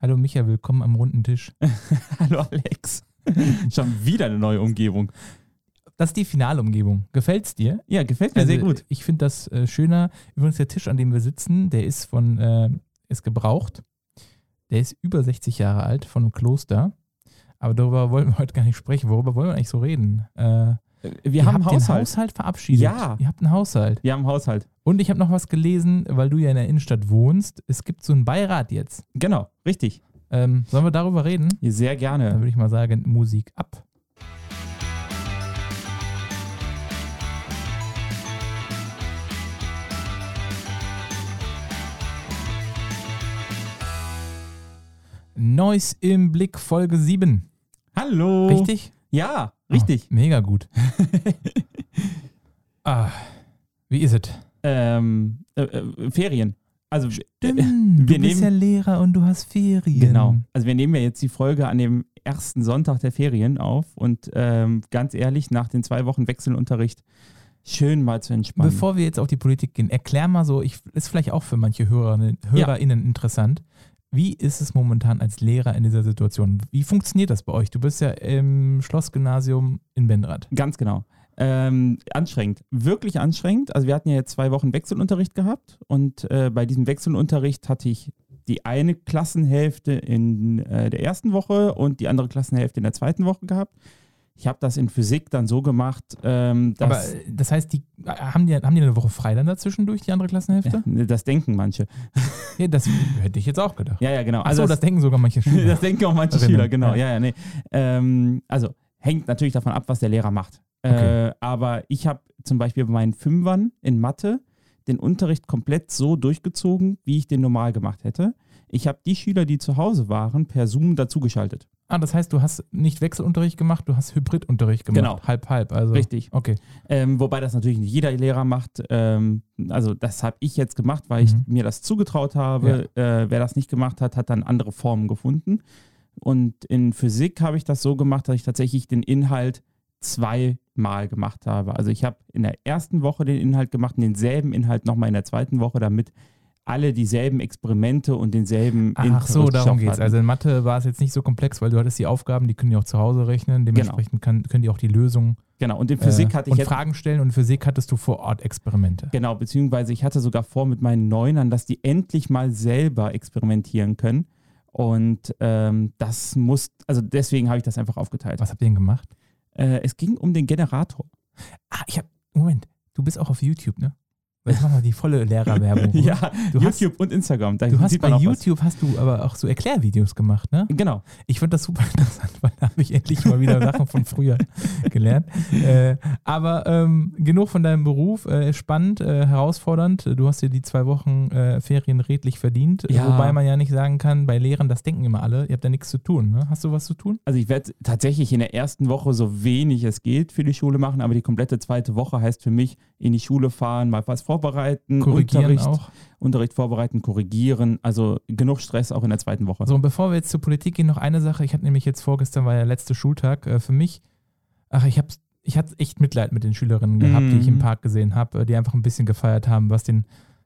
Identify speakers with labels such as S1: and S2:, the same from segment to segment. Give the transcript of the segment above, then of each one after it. S1: Hallo Micha, willkommen am runden Tisch.
S2: Hallo Alex. Schon wieder eine neue Umgebung.
S1: Das ist die Finalumgebung. Gefällt's dir?
S2: Ja, gefällt mir sehr
S1: Also,
S2: gut.
S1: Ich finde das äh, schöner. Übrigens, der Tisch, an dem wir sitzen, der ist von, äh, ist gebraucht. Der ist über 60 Jahre alt, von einem Kloster. Aber darüber wollen wir heute gar nicht sprechen. Worüber wollen wir eigentlich so reden? Äh,
S2: Wir
S1: ihr
S2: haben einen
S1: habt den
S2: Haushalt.
S1: Haushalt verabschiedet.
S2: Ja.
S1: Ihr habt einen Haushalt.
S2: Wir haben einen Haushalt.
S1: Und ich habe noch was gelesen, weil du ja in der Innenstadt wohnst. Es gibt so einen Beirat jetzt.
S2: Genau, richtig.
S1: Ähm, sollen wir darüber reden?
S2: Sehr
S1: Dann
S2: gerne.
S1: würde ich mal sagen, Musik ab. Neues im Blick Folge 7.
S2: Hallo.
S1: Richtig?
S2: Ja, Oh. Ah, richtig.
S1: Oh, mega gut. ah, wie ist es?
S2: Ähm, äh, äh, Ferien. Also
S1: du
S2: wir
S1: bist
S2: nehmen-
S1: ja Lehrer und du hast Ferien.
S2: Genau. Also wir nehmen ja jetzt die Folge an dem ersten Sonntag der Ferien auf und ähm, ganz ehrlich, nach den zwei Wochen Wechselunterricht schön mal zu entspannen.
S1: Bevor wir jetzt auf die Politik gehen, erklär mal so, ich, ist vielleicht auch für manche Hörerinnen, HörerInnen interessant. Wie ist es momentan als Lehrer in dieser Situation? Wie funktioniert das bei euch? Du bist ja im Schlossgymnasium in Benrath.
S2: Ganz genau. Ähm, anstrengend, wirklich anstrengend. Also wir hatten ja jetzt zwei Wochen Wechselunterricht gehabt und äh, bei diesem Wechselunterricht hatte ich die eine Klassenhälfte in äh, der ersten Woche und die andere Klassenhälfte in der zweiten Woche gehabt. Ich habe das in Physik dann so gemacht, ähm,
S1: Aber
S2: dass
S1: äh, das heißt, die, äh, haben, die, haben die eine Woche frei dann dazwischen durch die andere Klassenhälfte?
S2: das denken manche.
S1: Ja, das hätte ich jetzt auch gedacht.
S2: Ja, ja, genau.
S1: Achso, das,
S2: das-
S1: denken sogar manche Schüler.
S2: das denken auch manche
S1: Erinnern,
S2: Schüler, genau.
S1: ja.
S2: Ja, ja, nee. Ähm, also hängt natürlich davon ab, was der Lehrer macht.
S1: Okay.
S2: Äh, aber ich habe zum Beispiel bei meinen Fünfern in Mathe den Unterricht komplett so durchgezogen, wie ich den normal gemacht hätte. Ich habe die Schüler, die zu Hause waren, per Zoom dazugeschaltet.
S1: ah, das heißt, du hast nicht Wechselunterricht gemacht, du hast Hybridunterricht gemacht.
S2: Genau.
S1: Halb, halb. Also.
S2: Richtig.
S1: Okay.
S2: Ähm, wobei das natürlich nicht jeder Lehrer macht. Ähm, also das habe ich jetzt gemacht, weil ich
S1: Mhm.
S2: mir das zugetraut habe. Äh, wer das nicht gemacht hat, hat dann andere Formen gefunden. Und in Physik habe ich das so gemacht, dass ich tatsächlich den Inhalt zweimal gemacht habe. Also ich habe in der ersten Woche den Inhalt gemacht und denselben Inhalt nochmal in der zweiten Woche, damit alle dieselben Experimente und denselben
S1: Ach so,
S2: Interest
S1: darum
S2: Stoff
S1: geht's.
S2: hatten.
S1: Also in Mathe war es jetzt nicht so komplex, weil du hattest die Aufgaben, die können die auch zu Hause rechnen. Dementsprechend kann, können die auch die Lösung
S2: genau. Und in Physik
S1: äh,
S2: hatte ich
S1: und
S2: jetzt
S1: Fragen stellen. Und in Physik hattest du vor Ort Experimente.
S2: Genau, beziehungsweise ich hatte sogar vor mit meinen Neunern, dass die endlich mal selber experimentieren können. Und ähm, das muss, also deswegen habe ich das einfach aufgeteilt.
S1: Was habt ihr denn gemacht?
S2: Äh, es ging um den Generator.
S1: Ah, ich hab. Moment, du bist auch auf YouTube, ne? Jetzt machen wir die volle Lehrerwerbung.
S2: Ja,
S1: Mhm. Du hast-
S2: YouTube und Instagram. Da
S1: Du hast bei
S2: auch was.
S1: YouTube hast du aber auch so Erklärvideos gemacht, ne?
S2: Genau.
S1: Ich fand das super interessant, weil da habe ich endlich mal wieder Sachen von früher gelernt. Äh, aber ähm, genug von deinem Beruf, äh, spannend, äh, herausfordernd. Du hast dir die zwei Wochen äh, Ferien redlich verdient,
S2: Ja.
S1: wobei man ja nicht sagen kann, bei Lehrern, das denken immer alle, ihr habt da nichts zu tun. Ne? Hast du was zu tun?
S2: Also ich werde tatsächlich in der ersten Woche so wenig es geht für die Schule machen, aber die komplette zweite Woche heißt für mich in die Schule fahren, mal was vorbereiten,
S1: Korrigieren
S2: Unterricht,
S1: auch.
S2: Unterricht vorbereiten, korrigieren. Also genug Stress auch in der zweiten Woche.
S1: So, und Also bevor wir jetzt zur Politik gehen, noch eine Sache. Ich hatte nämlich jetzt vorgestern, war ja letzter Schultag, äh, für mich, ach, ich hab's, ich hatte echt Mitleid mit den Schülerinnen gehabt, die ich im
S2: Mhm.
S1: Park gesehen habe, die einfach ein bisschen gefeiert haben, was den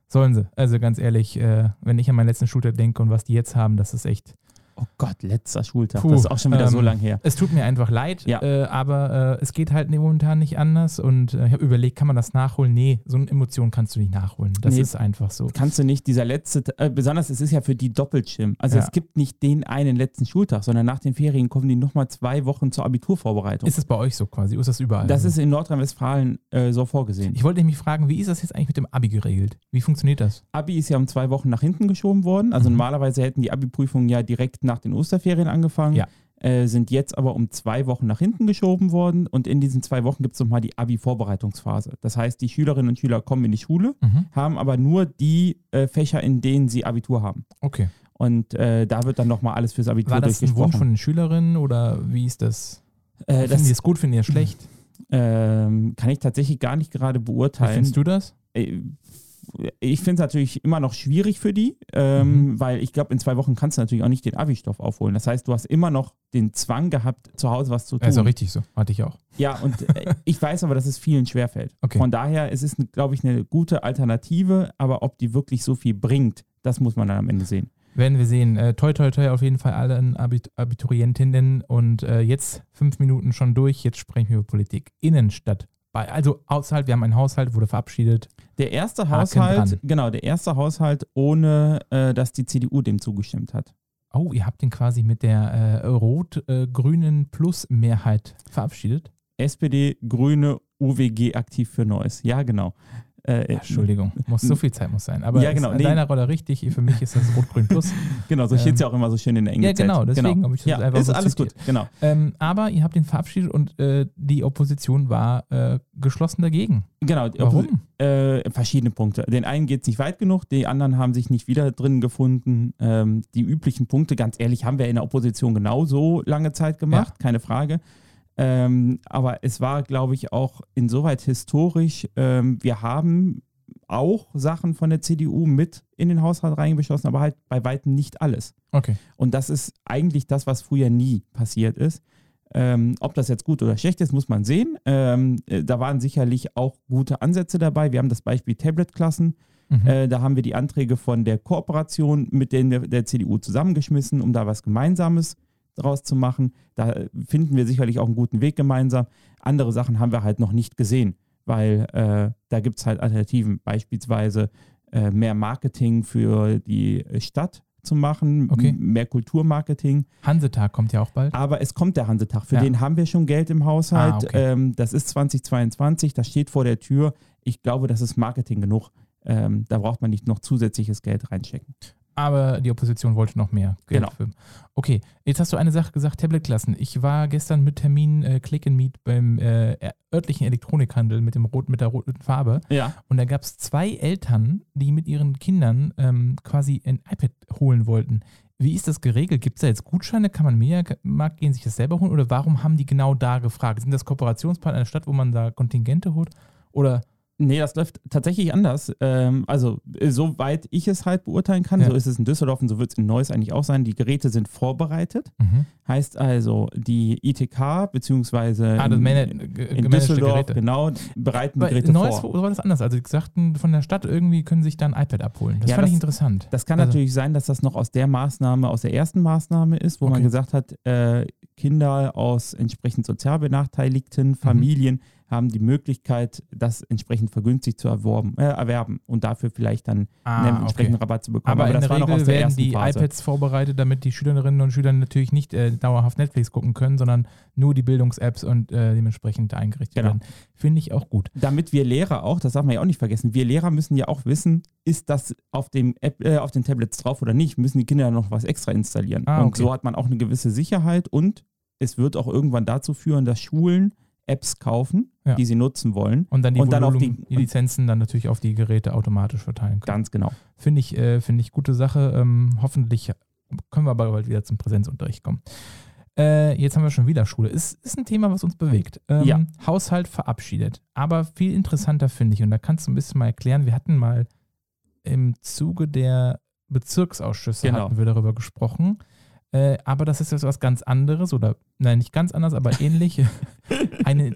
S1: sollen sie. Also ganz ehrlich, äh, wenn ich an meinen letzten Schultag denke und was die jetzt haben, das ist echt.
S2: Oh Gott, letzter Schultag.
S1: Puh,
S2: das ist auch schon wieder so
S1: ähm,
S2: lang her.
S1: Es tut mir einfach leid,
S2: Ja.
S1: äh, aber äh, es geht halt momentan nicht anders. Und äh, ich habe überlegt, kann man das nachholen? Nee, so eine Emotion kannst du nicht nachholen. Das
S2: Nee.
S1: ist einfach so.
S2: kannst du nicht dieser letzte, äh, besonders es ist ja für die doppelt schlimm. Also
S1: Ja.
S2: es gibt nicht den einen letzten Schultag, sondern nach den Ferien kommen die nochmal zwei Wochen zur Abiturvorbereitung.
S1: Ist es bei euch so quasi? Ist das überall?
S2: das
S1: so?
S2: ist in Nordrhein-Westfalen äh, so vorgesehen.
S1: ich wollte nämlich fragen, wie ist das jetzt eigentlich mit dem Abi geregelt? Wie funktioniert das?
S2: Abi ist ja um zwei Wochen nach hinten geschoben worden. Also
S1: Mhm.
S2: normalerweise hätten die Abi-Prüfungen ja direkt nach den Osterferien angefangen.
S1: Ja.
S2: Äh, sind jetzt aber um zwei Wochen nach hinten geschoben worden und in diesen zwei Wochen gibt es nochmal die Abi-Vorbereitungsphase. Das heißt, die Schülerinnen und Schüler kommen in die Schule,
S1: Mhm.
S2: haben aber nur die äh, Fächer, in denen sie Abitur haben.
S1: Okay.
S2: Und äh, da wird dann nochmal alles fürs Abitur
S1: War das ein
S2: durchgesprochen.
S1: Wunsch von den Schülerinnen oder wie ist das?
S2: äh,
S1: finden die
S2: das
S1: es gut, finden die es schlecht?
S2: ähm, kann ich tatsächlich gar nicht gerade
S1: Wie
S2: beurteilen.
S1: findest du das?
S2: Äh, Ich finde es natürlich immer noch schwierig für die, ähm,
S1: Mhm.
S2: weil ich glaube, in zwei Wochen kannst du natürlich auch nicht den Abi-Stoff aufholen. Das heißt, du hast immer noch den Zwang gehabt, zu Hause was zu tun.
S1: Also richtig so, hatte ich auch.
S2: Ja, und äh, ich weiß aber, dass es vielen schwerfällt.
S1: Okay.
S2: Von daher es ist es, glaube ich, eine gute Alternative, aber ob die wirklich so viel bringt, das muss man dann am Ende sehen.
S1: Werden wir sehen. Äh, toi, toi, toi, auf jeden Fall allen Abit Abiturientinnen. Und äh, jetzt fünf Minuten schon durch. Jetzt sprechen wir über Politik. Innenstadt. Bei, also Haushalt, wir haben einen Haushalt, wurde verabschiedet.
S2: Der erste
S1: Haken
S2: Haushalt,
S1: dran.
S2: genau, der erste Haushalt, ohne äh, dass die CDU dem zugestimmt hat.
S1: Oh, ihr habt den quasi mit der äh, rot-grünen Plus-Mehrheit verabschiedet.
S2: SPD, Grüne, UWG aktiv für Neues. Ja, genau. Äh,
S1: Entschuldigung, muss so viel Zeit muss sein. Aber
S2: Ja, genau,
S1: ist in
S2: nee.
S1: deiner Rolle richtig. Für mich ist das rot-grün Plus.
S2: Genau, so steht es
S1: Ähm,
S2: ja auch immer so schön in der
S1: ja,
S2: Englisch.
S1: genau, deswegen habe ich das
S2: Ja,
S1: einfach
S2: ist
S1: so
S2: alles
S1: zitiert.
S2: gut, genau.
S1: ähm, aber ihr habt den verabschiedet und äh, die Opposition war äh, geschlossen dagegen.
S2: genau die Opposi-
S1: Warum?
S2: Äh, verschiedene Punkte. Den einen geht es nicht weit genug, die anderen haben sich nicht wieder drin gefunden. Ähm, die üblichen Punkte, ganz ehrlich, haben wir in der Opposition genauso lange Zeit gemacht, keine Frage. Ähm, aber es war, glaube ich, auch insoweit historisch. Ähm, wir haben auch Sachen von der CDU mit in den Haushalt reingeschossen, aber halt bei weitem nicht alles.
S1: Okay.
S2: Und das ist eigentlich das, was früher nie passiert ist. Ähm, ob das jetzt gut oder schlecht ist, muss man sehen. Ähm, äh, da waren sicherlich auch gute Ansätze dabei. Wir haben das Beispiel Tablet-Klassen.
S1: Mhm.
S2: Äh, da haben wir die Anträge von der Kooperation mit denen der, der CDU zusammengeschmissen, um da was Gemeinsames draus zu machen. Da finden wir sicherlich auch einen guten Weg gemeinsam. Andere Sachen haben wir halt noch nicht gesehen, weil äh, da gibt es halt Alternativen, beispielsweise äh, mehr Marketing für die Stadt zu machen,
S1: Okay.
S2: m- mehr Kulturmarketing.
S1: Hansetag kommt ja auch bald.
S2: Aber es kommt der Hansetag. Für
S1: Ja.
S2: den haben wir schon Geld im Haushalt.
S1: Ah, okay.
S2: ähm, das ist 2022, das steht vor der Tür. Ich glaube, das ist Marketing genug. Ähm, da braucht man nicht noch zusätzliches Geld reinstecken.
S1: aber die Opposition wollte noch mehr Geld
S2: Genau.
S1: für. Okay, jetzt hast du eine Sache gesagt, Tabletklassen. Ich war gestern mit Termin äh, Click and Meet beim äh, örtlichen Elektronikhandel mit, dem rot, mit der roten Farbe
S2: Ja.
S1: und da gab es zwei Eltern, die mit ihren Kindern ähm, quasi ein iPad holen wollten. Wie ist das geregelt? Gibt es da jetzt Gutscheine? Kann man mehr Markt gehen, sich das selber holen? Oder warum haben die genau da gefragt? Sind das Kooperationspartner der Stadt, wo man da Kontingente holt? Oder
S2: Nee, das läuft tatsächlich anders. Ähm, also, äh, soweit ich es halt beurteilen kann,
S1: Ja.
S2: so ist es in Düsseldorf und so wird es in Neuss eigentlich auch sein. Die Geräte sind vorbereitet. Heißt also, die ITK, beziehungsweise
S1: Ah, das
S2: in,
S1: mana-
S2: in
S1: ge- gemanagte
S2: Düsseldorf,
S1: Geräte.
S2: genau, bereiten die
S1: Bei
S2: Geräte
S1: Neues
S2: vor.
S1: war das anders. Also die sagten von der Stadt irgendwie können sich dann ein iPad abholen. Das
S2: Ja,
S1: fand ich
S2: das-
S1: interessant.
S2: Das kann
S1: Also-
S2: natürlich sein, dass das noch aus der Maßnahme, aus der ersten Maßnahme ist, wo
S1: Okay.
S2: man gesagt hat, äh, Kinder aus entsprechend sozial
S1: Mhm.
S2: benachteiligten Familien haben die Möglichkeit, das entsprechend vergünstigt zu erworben, äh, erwerben und dafür vielleicht dann
S1: Ah,
S2: einen
S1: okay.
S2: entsprechenden Rabatt zu bekommen.
S1: Aber, in
S2: das
S1: der Regel werden die iPads vorbereitet, damit die Schülerinnen und Schüler natürlich nicht äh, dauerhaft Netflix gucken können, sondern nur die Bildungs-Apps und äh, dementsprechend da eingerichtet
S2: Genau.
S1: werden. Finde ich auch gut.
S2: Damit wir Lehrer auch, das darf man ja auch nicht vergessen, wir Lehrer müssen ja auch wissen, ist das auf, dem App, äh, auf den Tablets drauf oder nicht, müssen die Kinder noch was extra installieren.
S1: Ah,
S2: Und
S1: okay.
S2: so hat man auch eine gewisse Sicherheit und es wird auch irgendwann dazu führen, dass Schulen Apps kaufen,
S1: Ja.
S2: die sie nutzen wollen.
S1: Und dann die,
S2: Und dann auf
S1: Volumen-
S2: die-
S1: die Lizenzen dann natürlich auf die Geräte automatisch verteilen können.
S2: Ganz genau.
S1: Finde ich, äh, finde ich gute Sache. Ähm, hoffentlich können wir aber bald wieder zum Präsenzunterricht kommen. Äh, jetzt haben wir schon wieder Schule. Ist, ist ein Thema, was uns bewegt. Ähm,
S2: Ja.
S1: Haushalt verabschiedet. Aber viel interessanter finde ich, und da kannst du ein bisschen mal erklären, wir hatten mal im Zuge der Bezirksausschüsse
S2: Genau.
S1: hatten wir darüber gesprochen. Äh, aber das ist jetzt was ganz anderes oder, nein, nicht ganz anders, aber ähnlich. Einen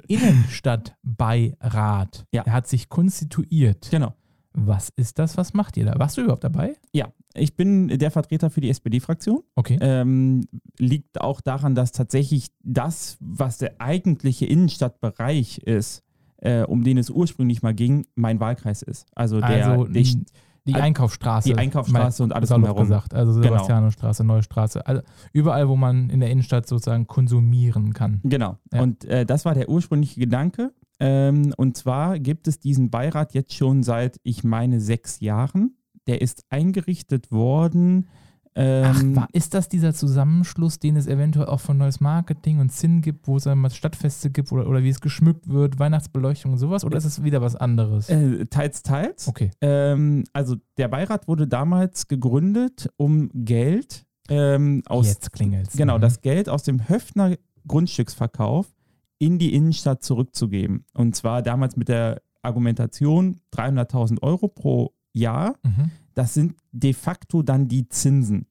S1: Innenstadtbeirat.
S2: Ja.
S1: Er hat sich konstituiert.
S2: Genau.
S1: Was ist das? Was macht ihr da? Warst du überhaupt dabei?
S2: Ja, ich bin der Vertreter für die SPD-Fraktion.
S1: Okay.
S2: Ähm, liegt auch daran, dass tatsächlich das, was der eigentliche Innenstadtbereich ist, äh, um den es ursprünglich mal ging, mein Wahlkreis ist. Also der,
S1: also
S2: der
S1: die, die
S2: also
S1: Einkaufsstraße.
S2: die Einkaufsstraße und
S1: mal
S2: alles
S1: salopp
S2: drumherum.
S1: gesagt. Also
S2: Genau.
S1: Sebastianstraße, Neustraße. Also überall, wo man in der Innenstadt sozusagen konsumieren kann.
S2: Genau.
S1: Ja.
S2: Und äh, das war der ursprüngliche Gedanke. Ähm, und zwar gibt es diesen Beirat jetzt schon seit, ich meine, sechs Jahren. Der ist eingerichtet worden. Ähm,
S1: Ach, wa- ist das dieser Zusammenschluss, den es eventuell auch von neues Marketing und Sinn gibt, wo es einmal Stadtfeste gibt oder, oder wie es geschmückt wird, Weihnachtsbeleuchtung und sowas? Oder ist es wieder was anderes?
S2: äh, teils, teils.
S1: okay.
S2: Ähm, also der Beirat wurde damals gegründet, um Geld ähm, aus
S1: Jetzt klingelt es.
S2: Genau, das Geld aus dem Höfner Grundstücksverkauf in die Innenstadt zurückzugeben. Und zwar damals mit der Argumentation 300.000 Euro pro Jahr.
S1: Mhm.
S2: Das sind de facto dann die Zinsen.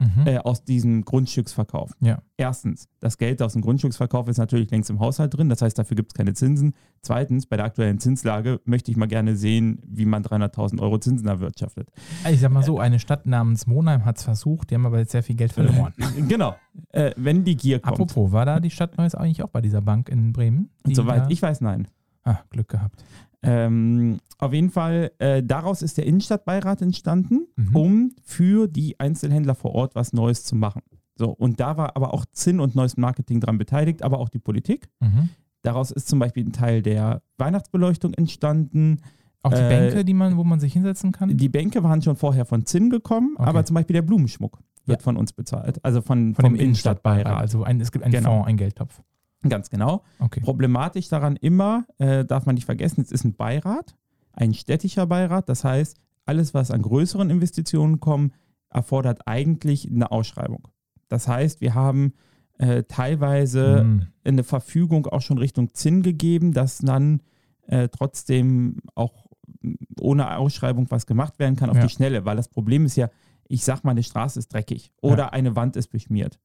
S1: Mhm.
S2: äh, aus diesem Grundstücksverkauf.
S1: Ja.
S2: Erstens, das Geld aus dem Grundstücksverkauf ist natürlich längst im Haushalt drin, das heißt, dafür gibt es keine Zinsen. Zweitens, bei der aktuellen Zinslage möchte ich mal gerne sehen, wie man 300.000 Euro Zinsen erwirtschaftet.
S1: Ich sag mal
S2: äh,
S1: so, eine Stadt namens Monheim hat es versucht, die haben aber jetzt sehr viel Geld verloren.
S2: genau, äh, wenn die Gier kommt.
S1: Apropos, war da die Stadt Neues eigentlich auch bei dieser Bank in Bremen? Die
S2: Und soweit
S1: da-
S2: ich weiß, nein.
S1: Ah, Glück gehabt.
S2: Ähm, auf jeden Fall, äh, daraus ist der Innenstadtbeirat entstanden,
S1: Mhm.
S2: um für die Einzelhändler vor Ort was Neues zu machen. So, und da war aber auch Zinn und neues Marketing dran beteiligt, aber auch die Politik.
S1: Mhm.
S2: Daraus ist zum Beispiel ein Teil der Weihnachtsbeleuchtung entstanden.
S1: Auch die
S2: Äh,
S1: Bänke, die man, wo man sich hinsetzen kann?
S2: Die Bänke waren schon vorher von Zinn gekommen,
S1: Okay.
S2: aber zum Beispiel der Blumenschmuck wird von uns bezahlt. Also von,
S1: Von
S2: vom
S1: dem Innenstadtbeirat. Also ein, es gibt einen
S2: Genau.
S1: Fonds, einen Geldtopf.
S2: Ganz genau.
S1: Okay.
S2: Problematisch daran immer, äh, darf man nicht vergessen, es ist ein Beirat, ein städtischer Beirat. Das heißt, alles, was an größeren Investitionen kommt, erfordert eigentlich eine Ausschreibung. Das heißt, wir haben äh, teilweise
S1: Mhm.
S2: eine Verfügung auch schon Richtung Zinn gegeben, dass dann äh, trotzdem auch ohne Ausschreibung was gemacht werden kann auf
S1: Ja.
S2: die Schnelle, weil das Problem ist ja, ich sag mal, eine Straße ist dreckig oder eine Wand ist beschmiert.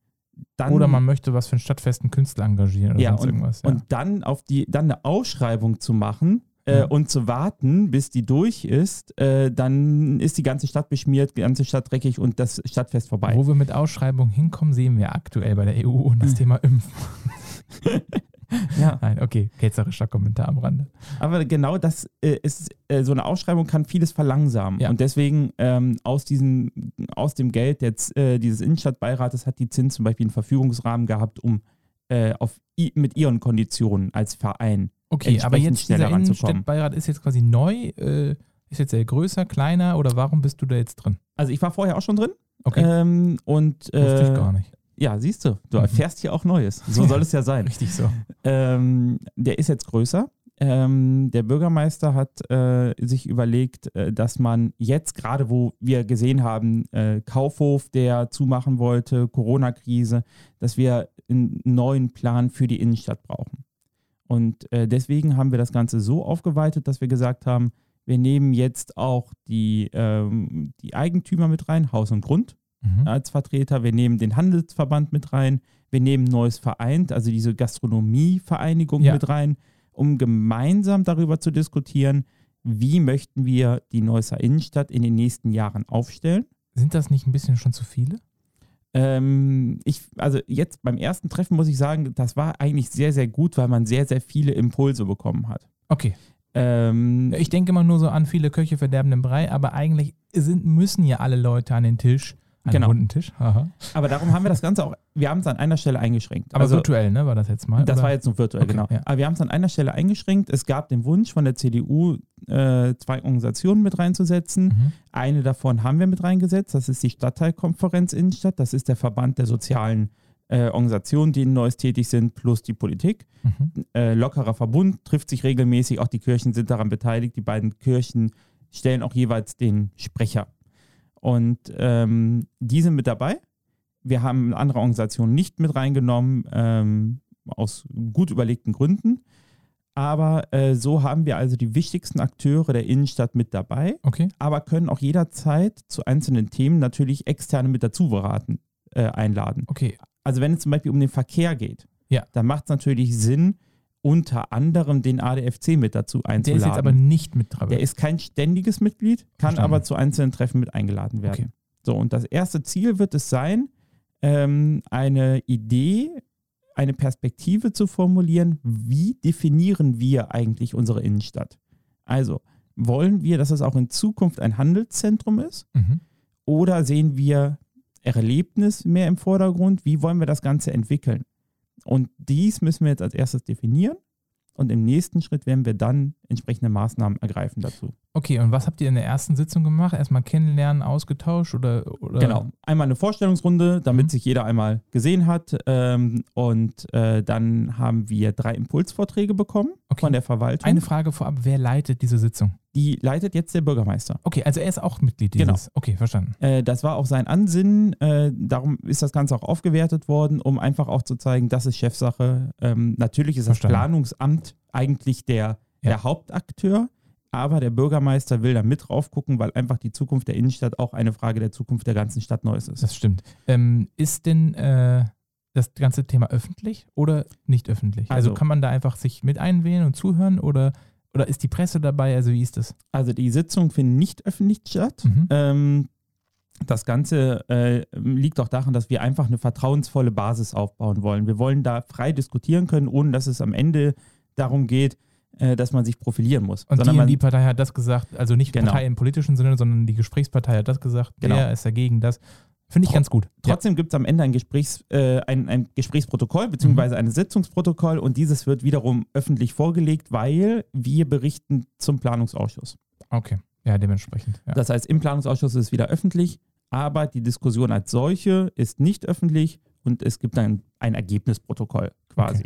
S2: Dann,
S1: Oder man möchte was für einen stadtfesten Künstler engagieren oder
S2: ja,
S1: sonst
S2: und,
S1: irgendwas. Ja.
S2: und dann auf die, dann eine Ausschreibung zu machen äh,
S1: Ja.
S2: und zu warten, bis die durch ist, äh, dann ist die ganze Stadt beschmiert, die ganze Stadt dreckig und das Stadtfest vorbei.
S1: Wo wir mit Ausschreibungen hinkommen, sehen wir aktuell bei der EU und
S2: Mhm.
S1: das Thema Impfen.
S2: Ja.
S1: Nein, okay, ketzerischer Kommentar am Rande.
S2: Aber genau das äh, ist, äh, so eine Ausschreibung kann vieles verlangsamen.
S1: Ja.
S2: Und deswegen ähm, aus, diesem, aus dem Geld jetzt, äh, dieses Innenstadtbeirates hat die Zinn zum Beispiel einen Verfügungsrahmen gehabt, um äh, auf, i- mit ihren Konditionen als Verein.
S1: Okay, aber
S2: entsprechend
S1: jetzt
S2: schneller
S1: dieser
S2: ranzukommen.
S1: Innenstadtbeirat ist jetzt quasi neu. Äh, ist jetzt äh, größer, kleiner oder warum bist du da jetzt drin?
S2: Also ich war vorher auch schon drin.
S1: Okay.
S2: Ähm, und
S1: Wusste ich
S2: äh,
S1: gar nicht.
S2: ja, siehst du, du
S1: Mhm.
S2: erfährst hier auch Neues. So soll es ja sein.
S1: Richtig so.
S2: Ähm, der ist jetzt größer. Ähm, der Bürgermeister hat äh, sich überlegt, äh, dass man jetzt gerade, wo wir gesehen haben, äh, Kaufhof, der zumachen wollte, Corona-Krise, dass wir einen neuen Plan für die Innenstadt brauchen. Und äh, deswegen haben wir das Ganze so aufgeweitet, dass wir gesagt haben, wir nehmen jetzt auch die, ähm, die Eigentümer mit rein, Haus und Grund
S1: Mhm.
S2: als Vertreter, wir nehmen den Handelsverband mit rein, wir nehmen Neues Vereint, also diese Gastronomievereinigung
S1: Ja.
S2: mit rein, um gemeinsam darüber zu diskutieren, wie möchten wir die Neusser Innenstadt in den nächsten Jahren aufstellen.
S1: Sind das nicht ein bisschen schon zu viele?
S2: Ähm, ich, also jetzt beim ersten Treffen muss ich sagen, das war eigentlich sehr, sehr gut, weil man sehr, sehr viele Impulse bekommen hat.
S1: Okay.
S2: Ähm,
S1: Ich denke immer nur so an viele Köche verderben den Brei, aber eigentlich sind, müssen ja alle Leute an den Tisch, an
S2: Genau.
S1: den runden Tisch. Haha.
S2: aber darum haben wir das Ganze auch, wir haben es an einer Stelle eingeschränkt.
S1: Aber
S2: also,
S1: virtuell, ne, war das jetzt mal?
S2: Das
S1: oder?
S2: war jetzt nur virtuell,
S1: Okay,
S2: genau.
S1: ja.
S2: Aber wir haben es an einer Stelle eingeschränkt. Es gab den Wunsch von der CDU, äh, zwei Organisationen mit reinzusetzen.
S1: Mhm.
S2: Eine davon haben wir mit reingesetzt. Das ist die Stadtteilkonferenz Innenstadt. Das ist der Verband der sozialen äh, Organisationen, die in Neuss tätig sind, plus die Politik.
S1: Mhm.
S2: Äh, lockerer Verbund trifft sich regelmäßig. Auch die Kirchen sind daran beteiligt. Die beiden Kirchen stellen auch jeweils den Sprecher. Und ähm, die sind mit dabei. Wir haben andere Organisationen nicht mit reingenommen, ähm, aus gut überlegten Gründen. Aber äh, so haben wir also die wichtigsten Akteure der Innenstadt mit dabei,
S1: Okay.
S2: aber können auch jederzeit zu einzelnen Themen natürlich externe mit dazu beraten, äh, einladen.
S1: Okay.
S2: Also wenn es zum Beispiel um den Verkehr geht,
S1: Ja.
S2: dann macht es natürlich Sinn, unter anderem den ADFC mit dazu einzuladen.
S1: Der ist jetzt aber nicht mit dabei.
S2: Der ist kein ständiges Mitglied, kann
S1: Verstanden.
S2: aber zu einzelnen Treffen mit eingeladen werden.
S1: Okay.
S2: So, und das erste Ziel wird es sein, ähm, eine Idee, eine Perspektive zu formulieren, wie definieren wir eigentlich unsere Innenstadt? Also, wollen wir, dass es auch in Zukunft ein Handelszentrum ist?
S1: mhm.
S2: Oder sehen wir Erlebnis mehr im Vordergrund? Wie wollen wir das Ganze entwickeln? Und dies müssen wir jetzt als erstes definieren. Und im nächsten Schritt werden wir dann entsprechende Maßnahmen ergreifen dazu.
S1: Okay, und was habt ihr in der ersten Sitzung gemacht? Erstmal kennenlernen, ausgetauscht oder, oder?
S2: Genau. Einmal eine Vorstellungsrunde,
S1: Äh.
S2: damit
S1: Mhm.
S2: sich jeder einmal gesehen hat. Ähm, und äh, dann haben wir drei Impulsvorträge bekommen
S1: Okay.
S2: von der Verwaltung.
S1: Eine Frage vorab, wer leitet diese Sitzung?
S2: die leitet jetzt der Bürgermeister.
S1: Okay, also er ist auch Mitglied
S2: Genau.
S1: dieses. Okay, verstanden.
S2: Äh, das war auch sein Ansinnen. Äh, darum ist das Ganze auch aufgewertet worden, um einfach auch zu zeigen, das ist Chefsache. Ähm, natürlich ist
S1: Verstanden.
S2: das Planungsamt eigentlich der,
S1: Ja.
S2: der Hauptakteur. aber der Bürgermeister will da mit drauf gucken, weil einfach die Zukunft der Innenstadt auch eine Frage der Zukunft der ganzen Stadt Neuss ist.
S1: Das stimmt. Ähm, ist denn äh, das ganze Thema öffentlich oder nicht öffentlich? Also,
S2: Also-
S1: kann man da einfach sich mit einwählen und zuhören oder, oder ist die Presse dabei? Also wie ist das?
S2: Also die Sitzung findet nicht öffentlich statt.
S1: Mhm.
S2: Ähm, das Ganze äh, liegt auch daran, dass wir einfach eine vertrauensvolle Basis aufbauen wollen. Wir wollen da frei diskutieren können, ohne dass es am Ende darum geht, äh, dass man sich profilieren muss.
S1: Und die,
S2: man,
S1: in die Partei hat das gesagt, also nicht
S2: Genau.
S1: Partei im politischen Sinne, sondern die Gesprächspartei hat das gesagt,
S2: Genau.
S1: der ist dagegen, das. Finde ich
S2: Tro-
S1: ganz gut.
S2: Trotzdem gibt es am Ende ein, Gesprächs, äh, ein, ein Gesprächsprotokoll
S1: Mhm.
S2: bzw. ein Sitzungsprotokoll und dieses wird wiederum öffentlich vorgelegt, weil wir berichten zum Planungsausschuss.
S1: Ja, okay. Ja, dementsprechend. Ja.
S2: Das heißt, im Planungsausschuss ist es wieder öffentlich, aber die Diskussion als solche ist nicht öffentlich und es gibt dann ein Ergebnisprotokoll quasi.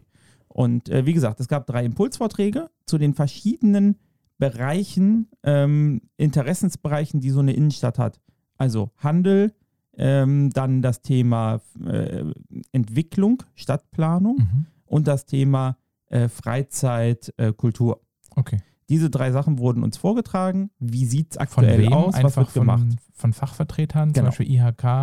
S2: Und äh, wie gesagt, es gab drei Impulsvorträge zu den verschiedenen Bereichen, ähm, Interessensbereichen, die so eine Innenstadt hat. Also Handel, ähm, dann das Thema äh, Entwicklung, Stadtplanung
S1: Mhm.
S2: und das Thema äh, Freizeit, äh, Kultur.
S1: Okay.
S2: Diese drei Sachen wurden uns vorgetragen. Wie sieht es
S1: Von
S2: aktuell
S1: wem?
S2: aus? Was
S1: Einfach
S2: wird gemacht?
S1: von, von Fachvertretern,
S2: Genau.
S1: zum Beispiel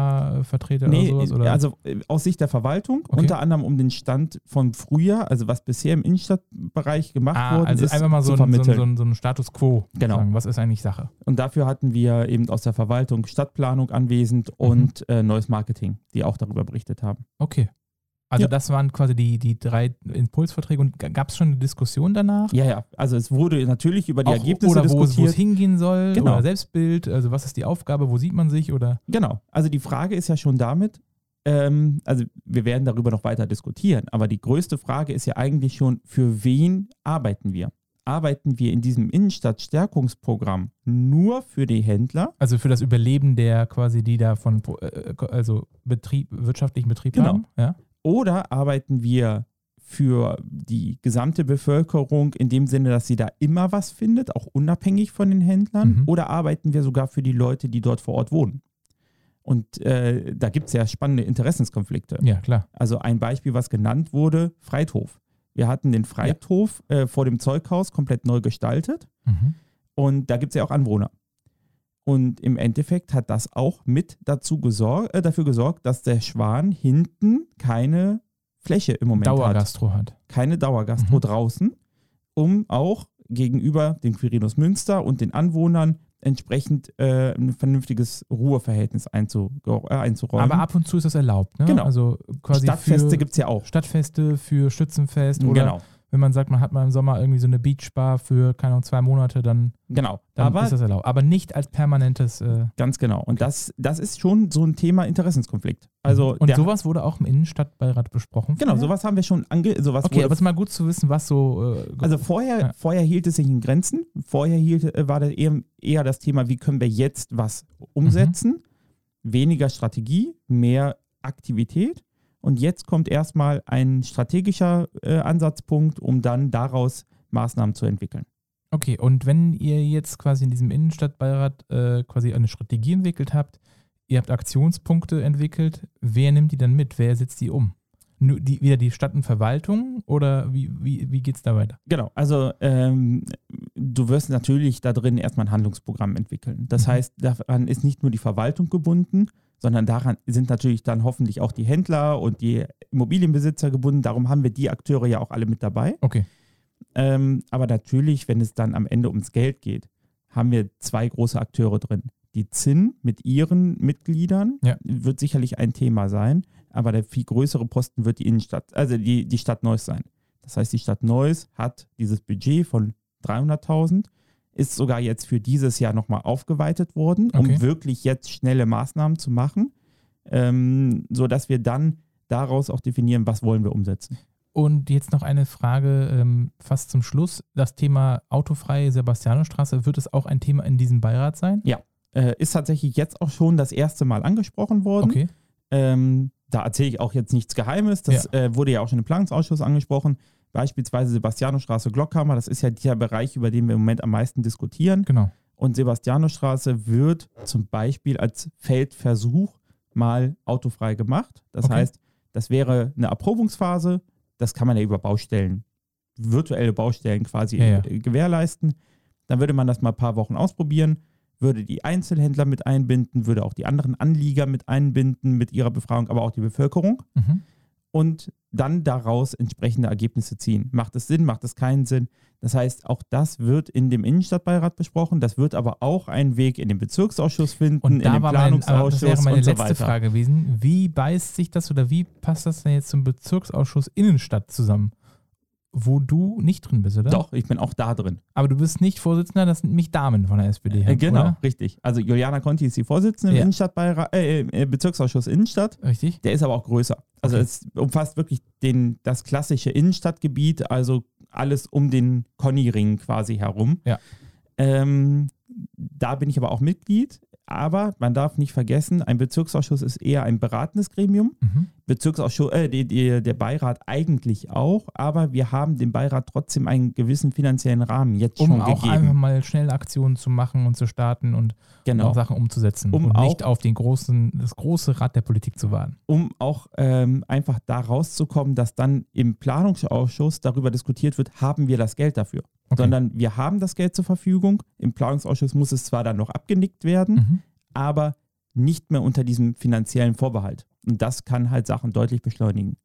S1: IHK-Vertreter
S2: Nee,
S1: oder sowas? Oder?
S2: also äh, aus Sicht der Verwaltung,
S1: Okay.
S2: unter anderem um den Stand vom Frühjahr, also was bisher im Innenstadtbereich gemacht
S1: ah,
S2: worden
S1: also
S2: ist,
S1: einfach mal so
S2: zu
S1: ein, so, ein-
S2: vermitteln.
S1: so, ein, so ein Status Quo.
S2: Genau.
S1: Sagen. Was ist eigentlich Sache?
S2: Und dafür hatten wir eben aus der Verwaltung Stadtplanung anwesend
S1: Mhm.
S2: und äh, neues Marketing, die auch darüber berichtet haben.
S1: Okay. Also
S2: Ja.
S1: das waren quasi die, die drei Impulsverträge und gab es schon eine Diskussion danach?
S2: Ja, ja, also es wurde natürlich über die
S1: Auch-
S2: Ergebnisse
S1: oder wo es- wo
S2: diskutiert.
S1: es hingehen soll,
S2: Genau.
S1: oder Selbstbild, also was ist die Aufgabe, wo sieht man sich oder
S2: Genau. Also die Frage ist ja schon damit, ähm, also wir werden darüber noch weiter diskutieren, aber die größte Frage ist ja eigentlich schon, für wen arbeiten wir? Arbeiten wir in diesem Innenstadtstärkungsprogramm nur für die Händler?
S1: also für das Überleben der quasi, die da von Pro- äh, also Betrieb, wirtschaftlichen Betrieb
S2: Genau.
S1: haben. Ja?
S2: Oder arbeiten wir für die gesamte Bevölkerung in dem Sinne, dass sie da immer was findet, auch unabhängig von den Händlern?
S1: Mhm.
S2: Oder arbeiten wir sogar für die Leute, die dort vor Ort wohnen? Und äh, da gibt es ja spannende Interessenskonflikte.
S1: ja, klar.
S2: Also ein Beispiel, was genannt wurde, Freithof. Wir hatten den Freithof äh, vor dem Zeughaus komplett neu gestaltet
S1: Mhm.
S2: und da gibt es ja auch Anwohner. Und im Endeffekt hat das auch mit dazu gesor äh, dafür gesorgt, dass der Schwan hinten keine Fläche im Moment hat.
S1: Dauergastro hat.
S2: Keine Dauergastro
S1: Mhm.
S2: draußen, um auch gegenüber dem Quirinus Münster und den Anwohnern entsprechend äh, ein vernünftiges Ruheverhältnis einzugor- äh, einzuräumen.
S1: Aber ab und zu ist das erlaubt, ne?
S2: Genau.
S1: Also quasi
S2: Stadtfeste
S1: für
S2: gibt es ja auch.
S1: Stadtfeste für Schützenfest oder
S2: genau.
S1: wenn man sagt, man hat mal im Sommer irgendwie so eine Beachbar für, keine Ahnung, zwei Monate, dann,
S2: Genau.
S1: dann
S2: Aber
S1: ist das erlaubt. Aber nicht als permanentes. Äh,
S2: Ganz genau. Und das, das ist schon so ein Thema Interessenskonflikt. Also
S1: und
S2: der,
S1: sowas wurde auch im Innenstadtbeirat besprochen.
S2: genau,
S1: Ja.
S2: sowas haben wir schon ange sowas
S1: Okay,
S2: wurde-
S1: aber es ist mal gut zu wissen, was so. Äh,
S2: also vorher,
S1: Ja.
S2: vorher hielt es sich in Grenzen. Vorher hielt, äh, war das eher, eher das Thema, wie können wir jetzt was umsetzen?
S1: Mhm.
S2: Weniger Strategie, mehr Aktivität. Und jetzt kommt erstmal ein strategischer äh, Ansatzpunkt, um dann daraus Maßnahmen zu entwickeln.
S1: okay, und wenn ihr jetzt quasi in diesem Innenstadtbeirat äh, quasi eine Strategie entwickelt habt, ihr habt Aktionspunkte entwickelt, wer nimmt die dann mit? Wer setzt die um? Nur die, wieder die Stadt und Verwaltung oder wie, wie, wie geht es da weiter?
S2: Genau, also ähm, du wirst natürlich da drin erstmal ein Handlungsprogramm entwickeln. Das
S1: Mhm.
S2: heißt, daran ist nicht nur die Verwaltung gebunden, sondern daran sind natürlich dann hoffentlich auch die Händler und die Immobilienbesitzer gebunden. Darum haben wir die Akteure ja auch alle mit dabei.
S1: Okay.
S2: Ähm, aber natürlich, wenn es dann am Ende ums Geld geht, haben wir zwei große Akteure drin. Die ZIN mit ihren Mitgliedern
S1: Ja.
S2: wird sicherlich ein Thema sein, aber der viel größere Posten wird die Innenstadt, also die, die Stadt Neuss sein. Das heißt, die Stadt Neuss hat dieses Budget von 300.000, ist sogar jetzt für dieses Jahr nochmal aufgeweitet worden, um
S1: Okay.
S2: wirklich jetzt schnelle Maßnahmen zu machen, ähm, sodass wir dann daraus auch definieren, was wollen wir umsetzen.
S1: Und jetzt noch eine Frage ähm, fast zum Schluss. Das Thema autofreie Sebastianerstraße, wird es auch ein Thema in diesem Beirat sein?
S2: Äh, ist tatsächlich jetzt auch schon das erste Mal angesprochen worden.
S1: Okay.
S2: Ähm, da erzähle ich auch jetzt nichts Geheimes. Das äh, wurde ja auch schon im Planungsausschuss angesprochen. Beispielsweise Sebastianostraße Glockhammer, das ist ja der Bereich, über den wir im Moment am meisten diskutieren.
S1: Genau.
S2: Und Sebastianostraße wird zum Beispiel als Feldversuch mal autofrei gemacht. Das
S1: Okay.
S2: heißt, das wäre eine Erprobungsphase. Das kann man ja über Baustellen, virtuelle Baustellen quasi
S1: Ja, ja.
S2: äh, gewährleisten. Dann würde man das mal ein paar Wochen ausprobieren, würde die Einzelhändler mit einbinden, würde auch die anderen Anlieger mit einbinden mit ihrer Befragung, aber auch die Bevölkerung
S1: Mhm.
S2: und dann daraus entsprechende Ergebnisse ziehen. Macht es Sinn, macht es keinen Sinn? Das heißt, auch das wird in dem Innenstadtbeirat besprochen, das wird aber auch einen Weg in den Bezirksausschuss finden,
S1: Und
S2: in
S1: da
S2: den
S1: war mein, aber das
S2: Planungsausschuss
S1: wäre meine
S2: und so
S1: letzte
S2: weiter.
S1: Frage gewesen. Wie beißt sich das oder wie passt das denn jetzt zum Bezirksausschuss Innenstadt zusammen? Wo du nicht drin bist, oder?
S2: Doch, ich bin auch da drin.
S1: Aber du bist nicht Vorsitzender, das sind nämlich Damen von der SPD.
S2: Äh,
S1: her,
S2: genau,
S1: Oder?
S2: richtig. Also Juliana Conti ist die Vorsitzende im
S1: Ja.
S2: Innenstadtbeira- äh, im, äh, Bezirksausschuss Innenstadt.
S1: Richtig?
S2: Der ist aber auch größer. Also
S1: Okay.
S2: es umfasst wirklich den, das klassische Innenstadtgebiet, also alles um den Conny-Ring quasi herum.
S1: Ja.
S2: Ähm, da bin ich aber auch Mitglied. Aber man darf nicht vergessen, ein Bezirksausschuss ist eher ein beratendes Gremium.
S1: Mhm.
S2: Bezirksausschuss, äh, die, die, der Beirat eigentlich auch, aber wir haben dem Beirat trotzdem einen gewissen finanziellen Rahmen jetzt
S1: Um
S2: schon
S1: auch einfach
S2: gegeben.
S1: mal schnell Aktionen zu machen und zu starten und
S2: Genau.
S1: auch Sachen umzusetzen
S2: Um
S1: und nicht
S2: auch-
S1: auf den großen, das große Rad der Politik zu warten.
S2: um auch ähm, einfach da rauszukommen, dass dann im Planungsausschuss darüber diskutiert wird, haben wir das Geld dafür.
S1: Okay.
S2: Sondern wir haben das Geld zur Verfügung. Im Planungsausschuss muss es zwar dann noch abgenickt werden,
S1: Mhm.
S2: aber nicht mehr unter diesem finanziellen Vorbehalt. Und das kann halt Sachen deutlich beschleunigen.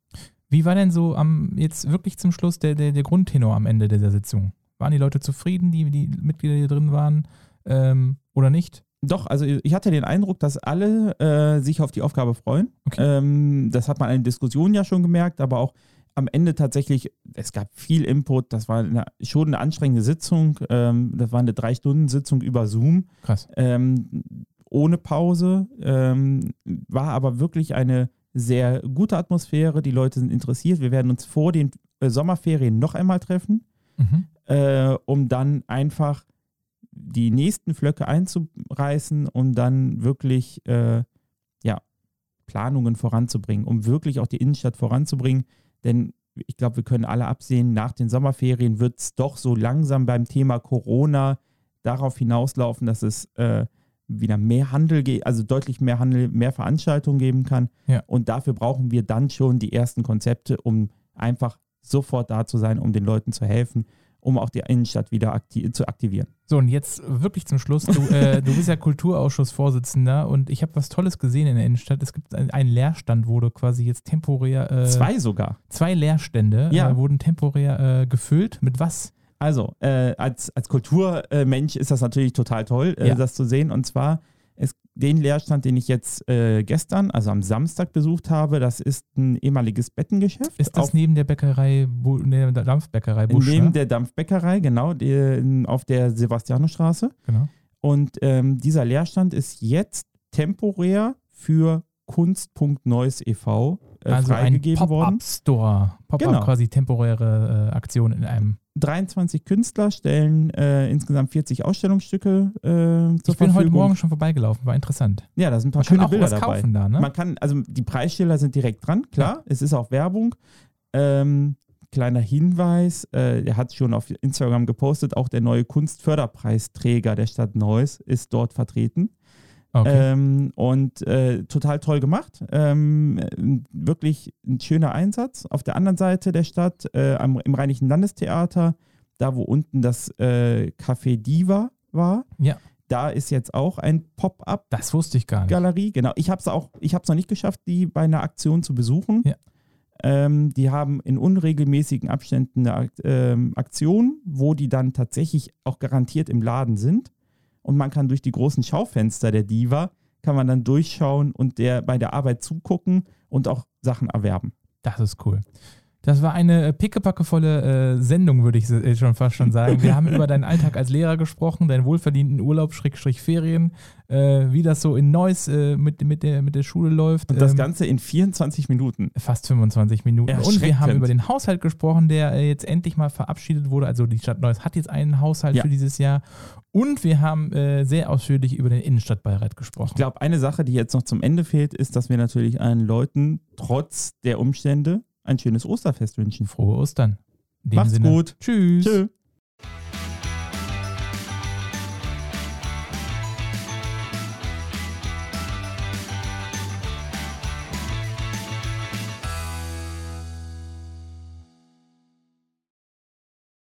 S1: Wie war denn so am jetzt wirklich zum Schluss der, der, der Grundtenor am Ende dieser Sitzung? Waren die Leute zufrieden, die, die Mitglieder, die drin waren, ähm, oder nicht?
S2: Doch, also ich hatte den Eindruck, dass alle äh, sich auf die Aufgabe freuen.
S1: Okay.
S2: Ähm, das hat man in Diskussionen ja schon gemerkt, aber auch am Ende tatsächlich, es gab viel Input. Das war eine, schon eine anstrengende Sitzung. Ähm, das war eine Drei-Stunden-Sitzung über Zoom.
S1: Krass.
S2: ähm, ohne Pause, ähm, war aber wirklich eine sehr gute Atmosphäre. Die Leute sind interessiert. Wir werden uns vor den äh, Sommerferien noch einmal treffen,
S1: Mhm.
S2: äh, um dann einfach die nächsten Flöcke einzureißen, um dann wirklich äh, ja, Planungen voranzubringen, um wirklich auch die Innenstadt voranzubringen. Denn ich glaube, wir können alle absehen, nach den Sommerferien wird es doch so langsam beim Thema Corona darauf hinauslaufen, dass es äh, wieder mehr Handel geht, also deutlich mehr Handel, mehr Veranstaltungen geben kann.
S1: Ja.
S2: Und dafür brauchen wir dann schon die ersten Konzepte, um einfach sofort da zu sein, um den Leuten zu helfen, um auch die Innenstadt wieder akti zu aktivieren.
S1: So, und jetzt wirklich zum Schluss. Du, äh, du bist ja Kulturausschussvorsitzender und ich habe was Tolles gesehen in der Innenstadt. Es gibt ein- einen Leerstand, wurde quasi jetzt temporär. Äh,
S2: Zwei sogar.
S1: zwei Leerstände
S2: Ja.
S1: äh, wurden temporär äh, gefüllt. Mit was?
S2: Also, äh, als, als Kulturmensch ist das natürlich total toll, äh,
S1: Ja.
S2: das zu sehen. Und zwar ist den Leerstand, den ich jetzt äh, gestern, also am Samstag besucht habe, das ist ein ehemaliges Bettengeschäft.
S1: Ist das
S2: auf,
S1: neben der Bäckerei, Bu neben der Dampfbäckerei Busch?
S2: neben
S1: ne?
S2: der Dampfbäckerei, genau, die, in- auf der Sebastianusstraße.
S1: genau.
S2: Und ähm, dieser Leerstand ist jetzt temporär für Kunst.Neues e.V. Äh,
S1: Also ein
S2: freigegeben worden.
S1: Pop-Up-Store. Pop-Up
S2: Genau.
S1: quasi temporäre äh, Aktion in einem
S2: 23 Künstler stellen äh, insgesamt 40 Ausstellungsstücke äh,
S1: Ich
S2: zur
S1: bin
S2: Verfügung.
S1: heute Morgen schon vorbeigelaufen, war interessant.
S2: ja, da sind ein paar
S1: Man kann
S2: schöne
S1: auch
S2: Bilder
S1: was
S2: dabei.
S1: kaufen da, ne?
S2: Man kann, also die Preisschilder sind direkt dran, klar, es ist auch Werbung. Ähm, kleiner Hinweis, äh, er hat schon auf Instagram gepostet, auch der neue Kunstförderpreisträger der Stadt Neuss ist dort vertreten.
S1: okay.
S2: Ähm, und äh, total toll gemacht. Ähm, wirklich ein schöner Einsatz. Auf der anderen Seite der Stadt, äh, am, im Rheinischen Landestheater, da wo unten das äh, Café Diva war,
S1: Ja.
S2: da ist jetzt auch ein Pop-up
S1: das wusste ich gar nicht.
S2: Galerie, genau. Ich habe es auch, ich habe es noch nicht geschafft, die bei einer Aktion zu besuchen.
S1: Ja.
S2: Ähm, die haben in unregelmäßigen Abständen eine Ak- ähm, Aktion, wo die dann tatsächlich auch garantiert im Laden sind. Und man kann durch die großen Schaufenster der Diva, kann man dann durchschauen und der bei der Arbeit zugucken und auch Sachen erwerben.
S1: Das ist cool. Das war eine äh, pickepackevolle äh, Sendung, würde ich s- äh, schon fast schon sagen. Wir haben über deinen Alltag als Lehrer gesprochen, deinen wohlverdienten Urlaub, Schrägstrich Ferien, äh, wie das so in Neuss äh, mit, mit, der, mit der Schule läuft.
S2: Und das
S1: ähm,
S2: Ganze in 24 Minuten.
S1: fast 25 Minuten. Und wir
S2: Erschreckend.
S1: haben über den Haushalt gesprochen, der äh, jetzt endlich mal verabschiedet wurde. Also die Stadt Neuss hat jetzt einen Haushalt
S2: Ja.
S1: für dieses Jahr. Und wir haben äh, sehr ausführlich über den Innenstadtbeirat gesprochen.
S2: Ich glaube, eine Sache, die jetzt noch zum Ende fehlt, ist, dass wir natürlich allen Leuten trotz der Umstände ein schönes Osterfest wünschen.
S1: Frohe Ostern. In dem
S2: Macht's
S1: Sinne,
S2: gut.
S1: Tschüss.
S2: Tschö.